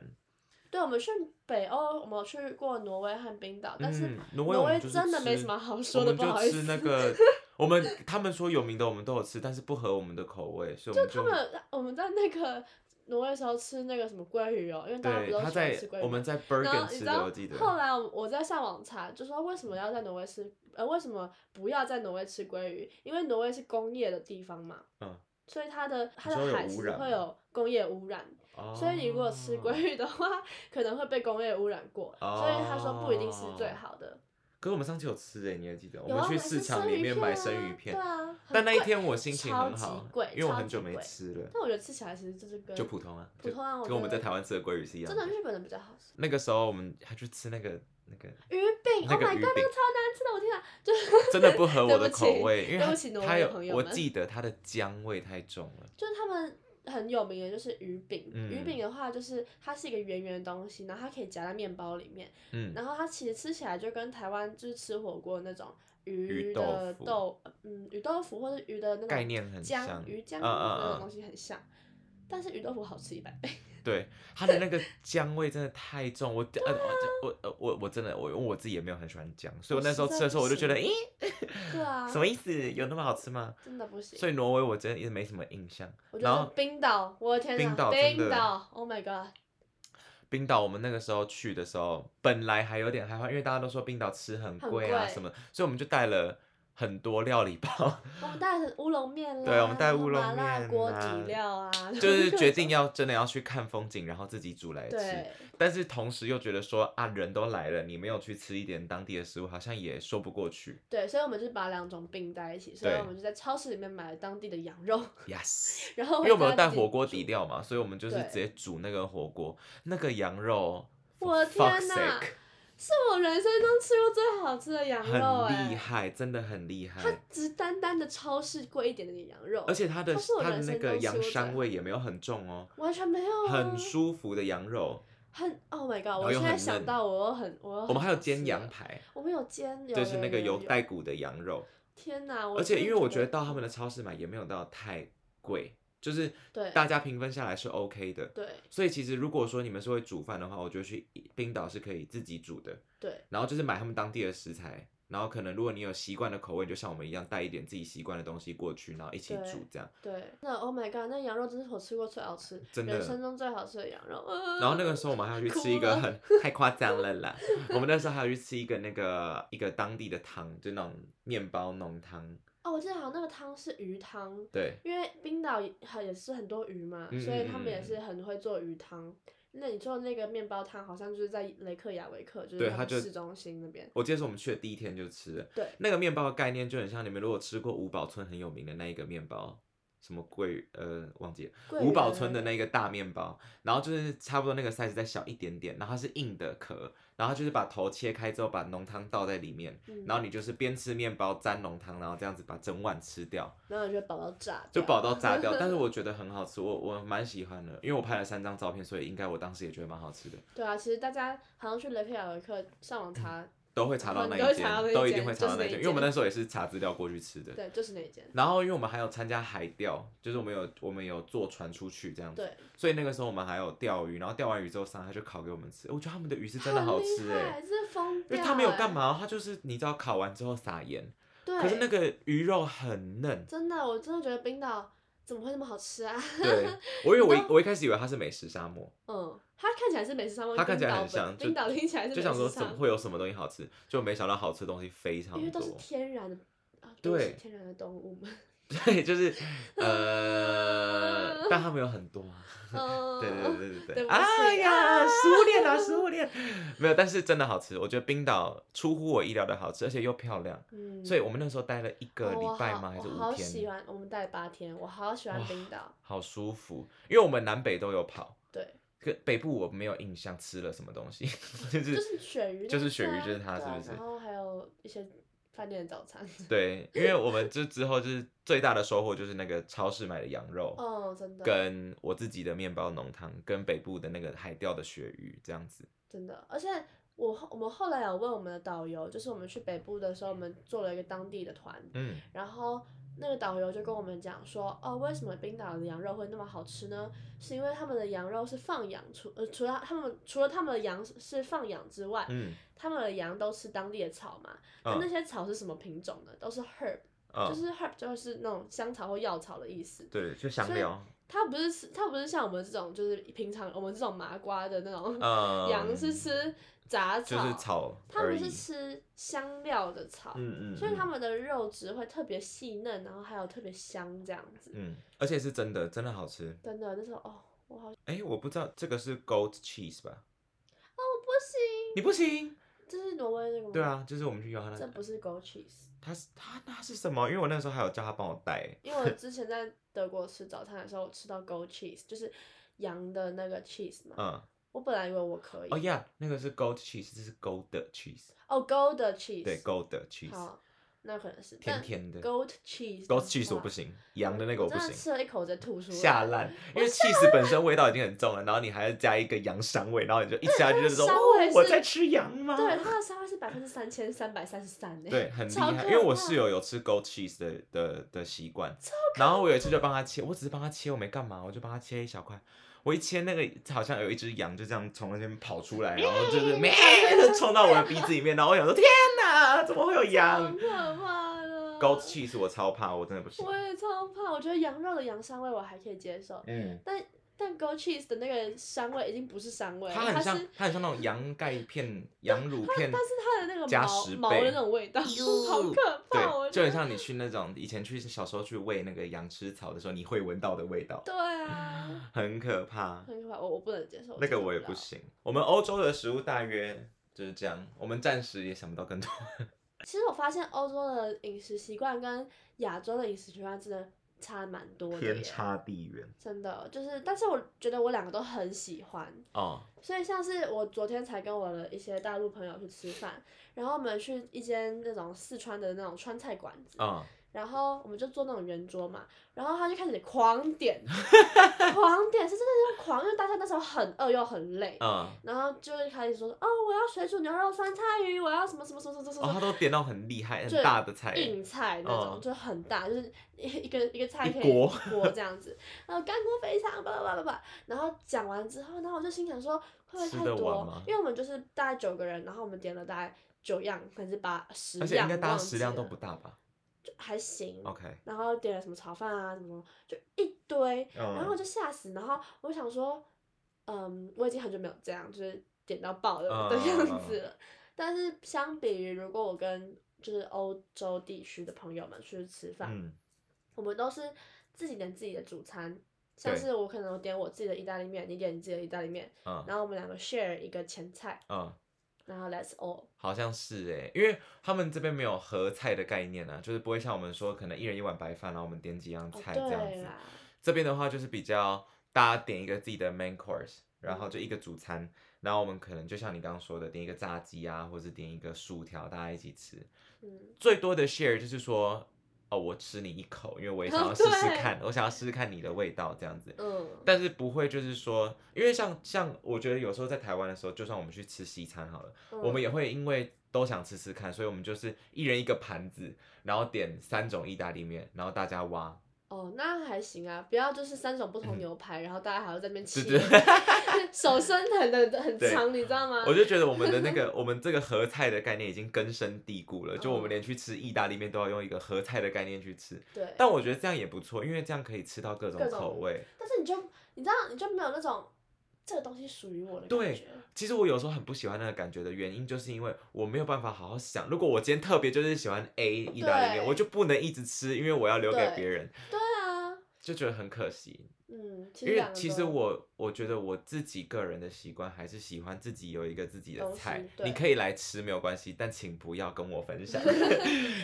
对，我们去北欧，我们有去过挪威和冰岛，但是嗯、挪威挪我们威就是真的没吃什么好说我的们不好就意吃思那个 我们他们说有名的我们都有吃，但是不合我们的口味，所以我们就他们我们在那个挪威的时候吃那个什么鲑鱼哦，因为大家不对都喜他欢在吃鲑鱼我吗们在然 Bergen 后你吃知的，道我记得。后来我我在上网查，就说为什么要在挪威吃，呃，为什么不要在挪威吃鲑鱼？因为挪威是工业的地方嘛，嗯，所以它的它你说的有海其污实染会吗有工业污染，所以你如果吃鲑哦鱼的话， 可能会被工业污染过，所以他说不一定是最哦好的。可是我们上次有吃诶、欸你还记得？我有们啊去买市是场生里鱼面片买啊生鱼片，对啊很但那一贵天我心情超很好级贵，因为我超很久级没贵吃了，但我觉得吃起来其实就是跟就普通啊，普就通啊我跟我们在觉得台湾吃的鲑鱼是一样真的。的日本的比较好吃。那个时候我们还去吃那个那 个，鱼饼那，Oh 个 my 鱼 god，那饼个超难吃的，我天啊！就是 真的不合我对的不口起味，因为对不它起挪威它的有朋，友我们记得它的姜味太重了。就是他们很有名的就是鱼饼，鱼嗯饼的话就是它是一个圆圆的东西，然后它可以夹在面包里面，嗯，然后它其实吃起来就跟台湾就是吃火锅那种鱼鱼豆的腐豆，嗯，鱼豆腐或者鱼的那种概念很姜像鱼姜嗯嗯那种嗯东西很像，但是鱼豆腐好吃一百倍。 对，它的那个姜味真的太重，我呃我我我我真的我因为我自己也没有很喜欢姜，所以啊我我那实时候在吃的不时候我就觉得，行咦，对啊，什么意思？有那么好吃吗？真的不行。所以挪威我真的也没什么印象。我觉然得后冰岛，我的天冰哪，岛真冰的岛，Oh my god！冰岛，我们那个时候去的时候，本来还有点害怕，因为大家都说冰岛吃很很贵啊贵什么，所以我们就带了很多料理 包，我们带乌龙面啦，对我们带然后乌龙麻辣面锅啦底料啊， 就是决定要真的要去看风景，然后自己煮来吃。 对，但是同时又觉得说啊，人都来了，你没有去吃一点当地的食物，好像也说不过去。对，所以我们就是把两种并在一起，所以对我们就在超市里面买了当地的羊肉， Yes， 然后因回为我们有家带自己火锅煮底。料嘛，所以我们就是哦对直接煮那个火锅，那个羊肉，我的 for fuck's 天哪 sake，是我人生中吃过最好吃的羊肉、欸，很厉害，真的很厉害。它只单单的超市贵一点点的羊肉，而且它的它是我它的人那生个中吃羊过膻最味也没有很重哦，完全没有、啊，很舒服的羊肉。很 Oh my 后 god！我又现在很想嫩到我又很我又我们很还有想吃煎羊了，排，我们有煎，有就是那个有有带。骨的羊肉，天哪！我而且真因的为我觉得到我他们的超市买也没有到太贵，就是对大家平分下来是 OK 的。对所以其实如果说你们是会煮饭的话，我觉得去冰岛是可以自己煮的，对然后就是买他们当地的食材，然后可能如果你有习惯的口味，就像我们一样带一点自己习惯的东西过去，然后一起对煮这样。对，那 Oh my God，那羊肉真是我吃过最好吃，真的人生中最好吃的羊肉。呃然后那个时候我们还要去吃一个哭了哦很太夸张了 啦，我们那时候还要去吃一个那个一个当地的汤，就那种面包浓汤，哦，我记得好像那个汤是鱼汤，对，因为冰岛也很也是很多鱼嘛，嗯所以他嗯们嗯也是很会做鱼汤。那你做的那个面包汤，好像就是在雷克雅维克，就对它是他们就市中心那边。我记得是我们去的第一天就吃了。对那个面包的概念就很像你们如果吃过五堡村很有名的那一个面包，什么桂呃忘记了桂五圆堡村的那个大面包，然后就是差不多那个 size 再小一点点，然后它是硬的壳，然后它就是把头切开之后把浓汤倒在里面，嗯然后你就是边吃面包沾浓汤，然后这样子把整碗吃掉，然后我就饱到炸，就饱到炸掉。但是我觉得很好吃，我我蛮喜欢的，因为我拍了三张照片，所以应该我当时也觉得蛮好吃的，对啊，其实大家好像去雷克雅维克上网查，都会查到那哦都会一间查到那，一都一间定会就查是到那那一一间，因为我们间那时候也是查资料过去吃的。对，就是那一间。然后，因为我们还有参加海钓，就是我们有我们有坐船出去这样子，对，所以那个时候我们还有钓鱼，然后钓完鱼之后，上来就烤给我们吃。我觉得他们的鱼 是真的很好厉吃哎、害这疯因掉为欸！他没有干嘛，他就是你知道烤完之后撒盐，对，。可是那个鱼肉很嫩 真的，我真的觉得冰岛怎么会那么好吃啊？ 对，我以为我一我一开始以为它是美食沙漠，嗯，它看起来是美食沙漠，它看起来冰岛很本像就冰岛听起来是美就想说食怎沙么漠，会有什么东西好吃，就没想到好吃的东西非常因为都是多。天然的啊，都是对天然的动物 嘛。对，就是呃，但他们有很多啊。嗯，对对对对对对，不起呀，啊食物链啊，食物链，没有，但是真的好吃，我觉得冰岛出乎我意料的好吃，而且又漂亮，嗯，所以我们那时候待了一个哦礼我拜好吗？还是我五好喜天？欢，我们待八天，我好喜欢哇冰岛。好舒服，因为我们南北都有跑，对，可北部我没有印象吃了什么东西， 就就是是鳕鱼那个菜啊，就是鳕鱼就是它对啊是不是然后还有一些饭店的早餐。对，因为我们就之后就是最大的收获就是那个超市买的羊肉。 哦，真的，跟我自己的面包浓汤，跟北部的那个海钓的鳕鱼这样子，真的，而且我后我们后来有问我们的导游，就是我们去北部的时候，我们做了一个当地的团，嗯，然后那个导游就跟我们讲说，哦，为什么冰岛的羊肉会那么好吃呢？是因为他们的羊肉是放养除呃除了他们除了他们的羊是放养之外，嗯他们的羊都吃当地的草嘛，那嗯呃那些草是什么品种呢？都是 herb，、嗯，就是 herb 就是那种香草或药草的意思。对，就香所以料，它不是吃它不是像我们这种就是平常我们这种麻瓜的那种、嗯，羊是吃杂草，就是草他而们已。是吃香料的草，嗯嗯，所以他们们的肉质会特别细嫩，然后还有特别香这样子。嗯，而且是真的，真的好吃。真的，那时候哦，我好哎，我不知道这个是 goat cheese 吧？哦，我不你不行。行，这是挪威那个吗？对，啊，就是我们去约翰这那，不是 goat cheese，它是它那是什么？因为我那时候还有叫他帮我带。因为我之前在德国吃早餐的时候，我吃到 goat cheese，就是羊的那个 cheese 嘛。嗯，我本来以为我可以。哦呀，那个是 goat cheese，这是 goat cheese，哦，goat 的 cheese。对，goat cheese，好，那可能是。甜甜的。但 goat cheese。 goat cheese 我不。行，羊的那个我不真的行。吃了一口我直接吐出来。下烂，因为 cheese 本身味道已经很重了，然后你还要加一个羊膻味，然后你 就一吃下去就说，香哦味，我是在吃羊吗？对，它的沙发是百分之三千三百三十三呢。对，很厉超害。可因为我怕室友有吃 goat cheese 的的的习惯，然后我有一次就帮他切，我只是帮他切，我没干嘛，我就帮他切一小块。我一切那个好像有一只羊就这样从那边跑出来，然 后就是咩就冲到我的鼻子里面，然后我想说天哪，怎么会有羊很可怕的。 ？goat cheese 我超怕，我真的不行我。也超怕，我觉得羊肉的羊膻味我还可以接受，嗯，但但 goat cheese 的那个膻味已经不是膻味了，它很像是，它很像那种羊 钙片、羊乳片但，是 它的那个加毛十毛倍的那种味道， 好可怕，哦我对，就觉很得。像你去那种以前去小时候去喂那个羊吃草的时候，你会闻到的味道，对啊，很可怕。很可怕，我我不能接受。那接个受我也了不。行。我们欧洲的食物大约就是这样，我们暂时也想不到更多。其实我发现欧洲的饮食习惯跟亚洲的饮食习惯真的差蛮多的，耶，地远真的就是，但是我觉得我两个都很喜欢，哦，所以像是我昨天才跟我的一些大陆朋友去吃饭，然后我们去一间那种四川的那种川菜馆子，嗯，然后我们就坐那种圆桌嘛，然后他就开始狂 点，狂点是真的是狂，因为大家那时候很饿又很累，嗯，然后就会开始说哦，我要水煮牛肉酸菜鱼，我要什么什么什么什么什哦，么他什都点到很厉害、就很大的菜么，硬菜那种，嗯就很大，就是一一个一个菜一可以锅锅这样子，然后干锅肥肠，叭叭叭叭叭，然后讲完之后，然后我就心想说会不会吃太得完多吗？因为我们就是大概九个人，然后我们点了大概九样还是八十样，而且应该大家忘记食量都了不大吧就还行。 ？OK，然后点了什么炒饭啊，什么就一堆，然后我嗯，就吓死。然后我想说，嗯，我已经很久没有这样，就是点到爆的嗯的样子了。但是相比于如果我跟就是欧洲地区的朋友们出去吃饭，嗯，我们都是自己点自己的主餐，像对是我可能点我自己的意大利面，你点你自己的意大利面，嗯，然后我们两个 share 一个前菜，嗯。然后 that's all。好像是哎、因为他们这边没有合菜的概念啊，就是不会像我们说可能一人一碗白饭，然后我们点几样哦，菜这样对子。啦，这边的话就是比较大家点一个自己的 main course，然后就嗯一个主餐，然后我们可能就像你刚刚说的，点一个炸鸡啊，或者点一个薯条，大家一起吃。嗯，最多的 share 就是说，哦，我吃你一口，因为我也想哦要试试看，我想要试试看你的味道这样子。嗯，但是不会就是说，因为像像我觉得有时候在台湾的时候，就算我们去吃西餐好了。我们也也会因为都想吃吃看，所以我们就是一人一个盘子，然后点三种意大利面，然后大家挖。哦，那还行啊，不要就是三种不同牛排，然后大家还要在那边嗯对切，对， 手伸很的很对长，你知道吗？我就觉得我们的那个我们这个合菜的概念已经根深蒂固了，就我们嗯连去吃意大利面都要用一个合菜的概念去吃。对，但我觉得这样也不错，因为这样可以吃到各种各种口味。但是你就你知道你就没有那种这个东西属于我的感对觉，其实我有时候很不喜欢那个感觉的原因，就是因为我没有办法好好想。如果我今天特别就是喜欢 A 意大利面，对我就不能一直吃，因为我要留给对别人，对啊，就觉得很可惜。嗯，其因为实两个其都实我我觉得我自己个人的习惯还是喜欢自己有一个自己的东西菜，对你可以来吃没有关系，但请不要跟我分 享。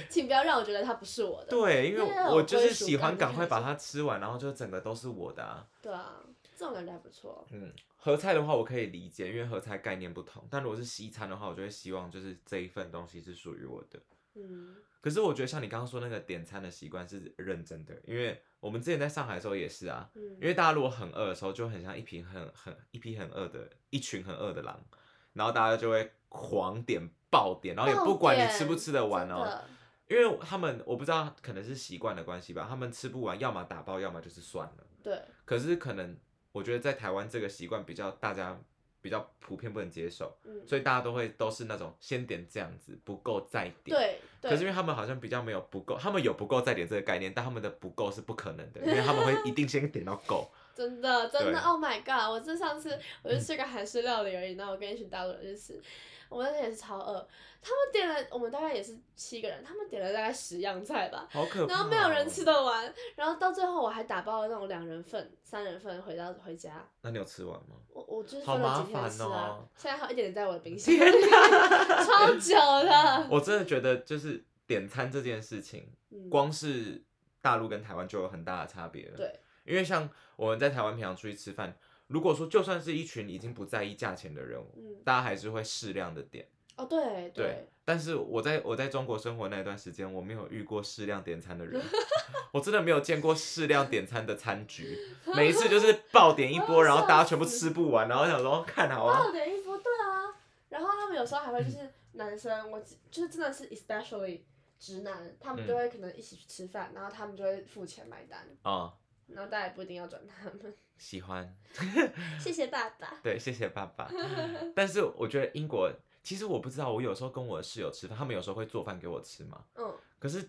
请不要让我觉得它不是我的，对，因为因为有我就归是属喜感欢这赶件快把事它吃完，然后就整个都是我的啊。对啊，这种感觉还不错，嗯，合菜的话我可以理解，因为合菜概念不同，但如果是西餐的话，我就会希望就是这一份东西是属于我的。嗯，可是我觉得像你刚刚说那个点餐的习惯是认真的，因为我们之前在上海的时候也是啊，嗯因为大家如果很饿的时候，就很像一群很很一批很饿的一群很饿的狼，然后大家就会狂点爆点，然后也爆不管你点吃不吃得完真哦，的因为他们我不知道可能是习惯的关系吧，他们吃不完，要么打包，要么就是算了。对，可是可能我觉得在台湾这个习惯比较大家比较普遍不能接受，嗯，所以大家都会都是那种先点这样子，不够再点。对可是因对，为他们好像比较没有不够，他们有不够再点这个概念，但他们的不够是不可能的，因为他们会一定先点到够。真的真对嗯的，Oh my god！我这上次我就吃个韩式料理而已，然后我跟一群大陆人去吃，我那天也是超饿，他们点了，我们大概也是七个人，他们点了大概十样菜吧，好可怕、哦然后没有人吃，得完，然后到最后我还打包了那种两人份、三人份回到回家，那你有吃完吗？我我就是好分了几麻天烦吃啊，哦现在还有一点点在我的冰箱里， 超久了，我真的觉得就是点餐这件事情，嗯，光是大陆跟台湾就有很大的差别了。，对，因为像我们在台湾平常出去吃饭，如果说就算是一群已经不在意价钱的人，嗯，大家还是会适量的点。哦对对，但是我在我在中国生活那一段时间，我没有遇过适量点餐的 人，我真的没有见过适量点餐的餐局， 每一次就是爆点一波，啊然后大家笑死全部吃不完，然后想说看好 啊，爆点衣服，对啊。然后他们有时候还会就是男生，我只就是真的是 especially 直男，他们就会可能一起去吃饭，然后他们就会付钱买单，啊、然后大家也不一定要转他们。喜欢， 谢谢爸爸。对，谢谢爸爸。 但是我觉得英国，其实我不知道，我有时候跟我的室友吃饭，他们有时候会做饭给我吃嘛，嗯，可是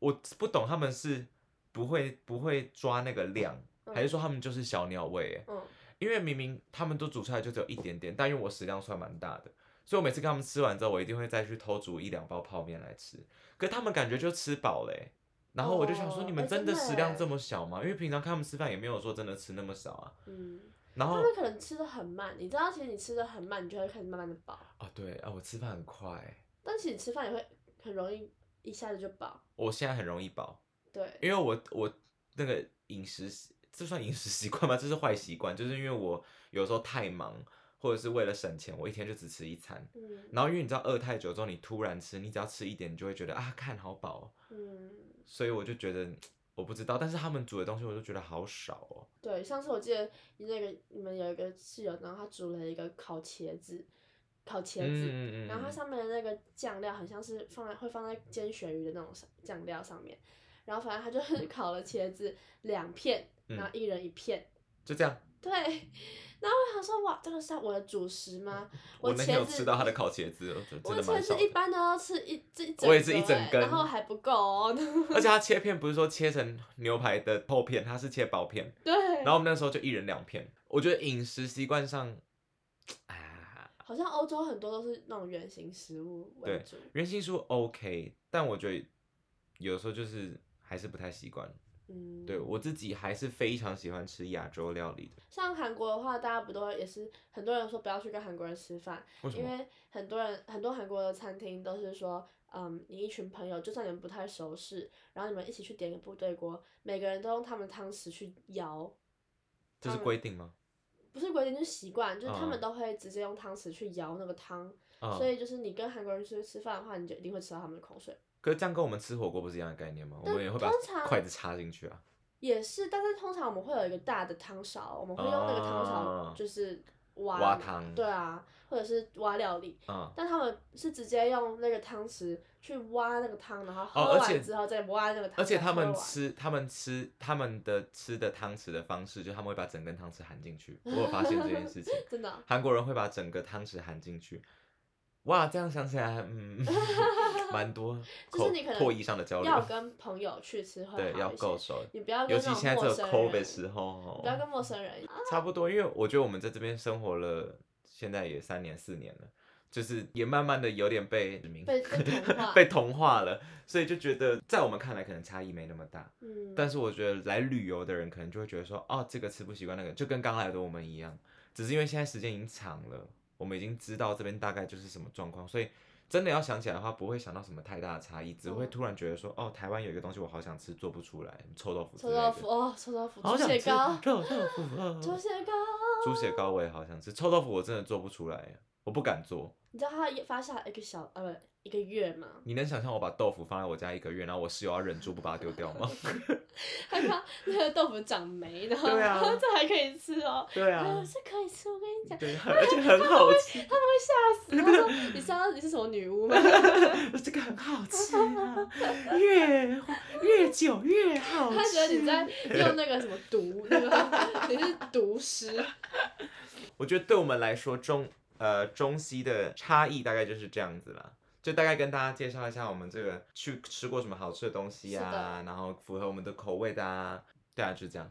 我不懂他们是不会不会抓那个量，嗯还是说他们就是小鸟胃、欸？嗯，因为明明他们都煮出来就只有一点点，但因为我食量算蛮大的，所以我每次跟他们吃完之后，我一定会再去偷煮一两包泡面来吃。可他们感觉就吃饱嘞、然后我就想说，哦你们哎真的真的食量欸这么小吗？因为平常看他们吃饭也没有说真的吃那么少啊。嗯，然他后们可能吃的很慢，你知道，其实你吃的很慢，你就会开始慢慢的饱，啊，对啊，我吃饭很快欸、但其实你吃饭也会很容易一下子就饱。我现在很容易饱，对，因为我我那个饮食习这算饮食习惯吗？这是坏习惯，就是因为我有时候太忙，或者是为了省钱，我一天就只吃一餐。嗯然后因为你知道饿太久之后，你突然吃，你只要吃一点，你就会觉得啊，看好饱、哦。嗯，所以我就觉得嗯我不知道，但是他们煮的东西我就觉得好少哦。对，上次我记得你那个你们有一个室友，然后他煮了一个烤茄子，烤茄子，嗯然后它上面的那个酱料很像是放在会放在煎鳕鱼的那种酱 料上面，然后反正他就是烤了茄子两片，嗯然后一人一片，就这样。对，然后我想说，哇，这个是我的主食吗？我那天有茄子吃到他的烤茄子，我觉得我真的茄蛮少子的一。般都要吃一这一整我也是一整欸根然后还不够哦。 而且他切片不是说切成牛排的厚片，他是切薄片。对，然后我们那时候就一人两片。我觉得饮食习惯上，啊，好像欧洲很多都是那种圆形食物为对主。原形书 OK，但我觉得有时候就是还是不太习惯。嗯，对我自己还是非常喜欢吃亚洲料理的。像韩国的话，大家不都也是很多人说不要去跟韩国人吃饭，为什因么？为很多人很多韩国的餐厅都是说，嗯，你一群朋友，就算你们不太熟识，然后你们一起去点个部队锅，每个人都用他们汤匙去舀，这是规定吗？不是规定，就是习惯，就是他嗯们都会直接用汤匙去舀那个汤，啊、所以就是你跟韩国人去吃饭的话，你就一定会吃到他们的口水。可是这样跟我们吃火锅不是一样的概念吗？我但们也会把通常筷子插进去啊。也是，但是通常我们会有一个大的汤勺，我们会用那个汤哦勺就是挖挖汤对啊，或者是挖料理。啊、但他们是直接用那个汤匙去挖那个汤，然后哦喝而且完之后再挖那个而汤，且他再们喝完吃，他们吃，他们的吃的汤匙的方式，就他们会把整根汤匙含进去。我有发现这件事情， 真的哦韩国人会把整个汤匙含进去。哇，这样想起来，嗯， 蛮多 就是口你可能唾液上的交要流，跟朋友去吃会对，好要一够些。熟。你不要尤跟其那现在种这个陌生 COVID 人，时候哦不，要跟陌生人。差不多，因为我觉得我们在这边生活了，现在也三年四年了，就是也慢慢的有点被殖民被被同化 被同化了，所以就觉得在我们看来可能差异没那么大，嗯，但是我觉得来旅游的人可能就会觉得说，哦，这个吃不习惯那个，就跟刚来的我们一样，只是因为现在时间已经长了，我们已经知道这边大概就是什么状况，所以。真的要想起来的话，不会想到什么太大的差异，只会嗯突然觉得说，哦，台湾有一个东西我好想吃，做不出来，臭豆腐之臭类的。豆腐哦，臭豆腐，好猪想吃血糕，臭豆腐 啊猪血糕。猪血糕我也好想吃，臭豆腐我真的做不出来，我不敢做。你知道他发下一个小呃不一个月吗？ 你能想象我把豆腐放在我家一个月，然后我室友要忍住不把它丢掉吗？ 害怕那个豆腐长霉，然后对啊 这还可以吃哦。对啊 呃， 是可以吃，我跟你讲，对啊，而且很好吃，他 们会吓死。他说：“你知道你是什么女巫吗？”这个很好吃啊，越越久越好 他觉得你在用那个什么毒，那个 你是毒师。我觉得对我们来说中呃中西的差异大概就是这样子啦。就大概跟大家介绍一下我们这个去吃过什么好吃的东西是啊的，然后符合我们的口味的啊，对啊，就这样。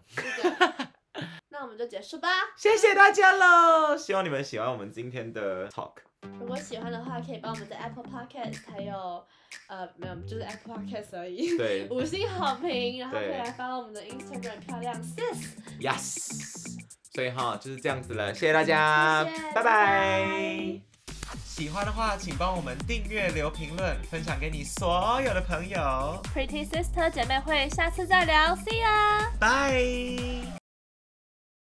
那我们就结束吧。谢谢大家喽！希望你们喜欢我们今天的 talk。如果喜欢的话，可以帮我们在 Apple Podcast 还有呃没有，就是 Apple Podcast 而已。对 五星好评，然后可以对来 follow 我们的 Instagram 漂亮 sis。 ，yes。所以哈，就是这样子了，谢谢大家，谢谢拜拜拜拜。喜欢的话，请帮我们订阅、留评论、分享给你所有的朋友， Pretty Sister 姐妹会，下次再聊，See ya。拜。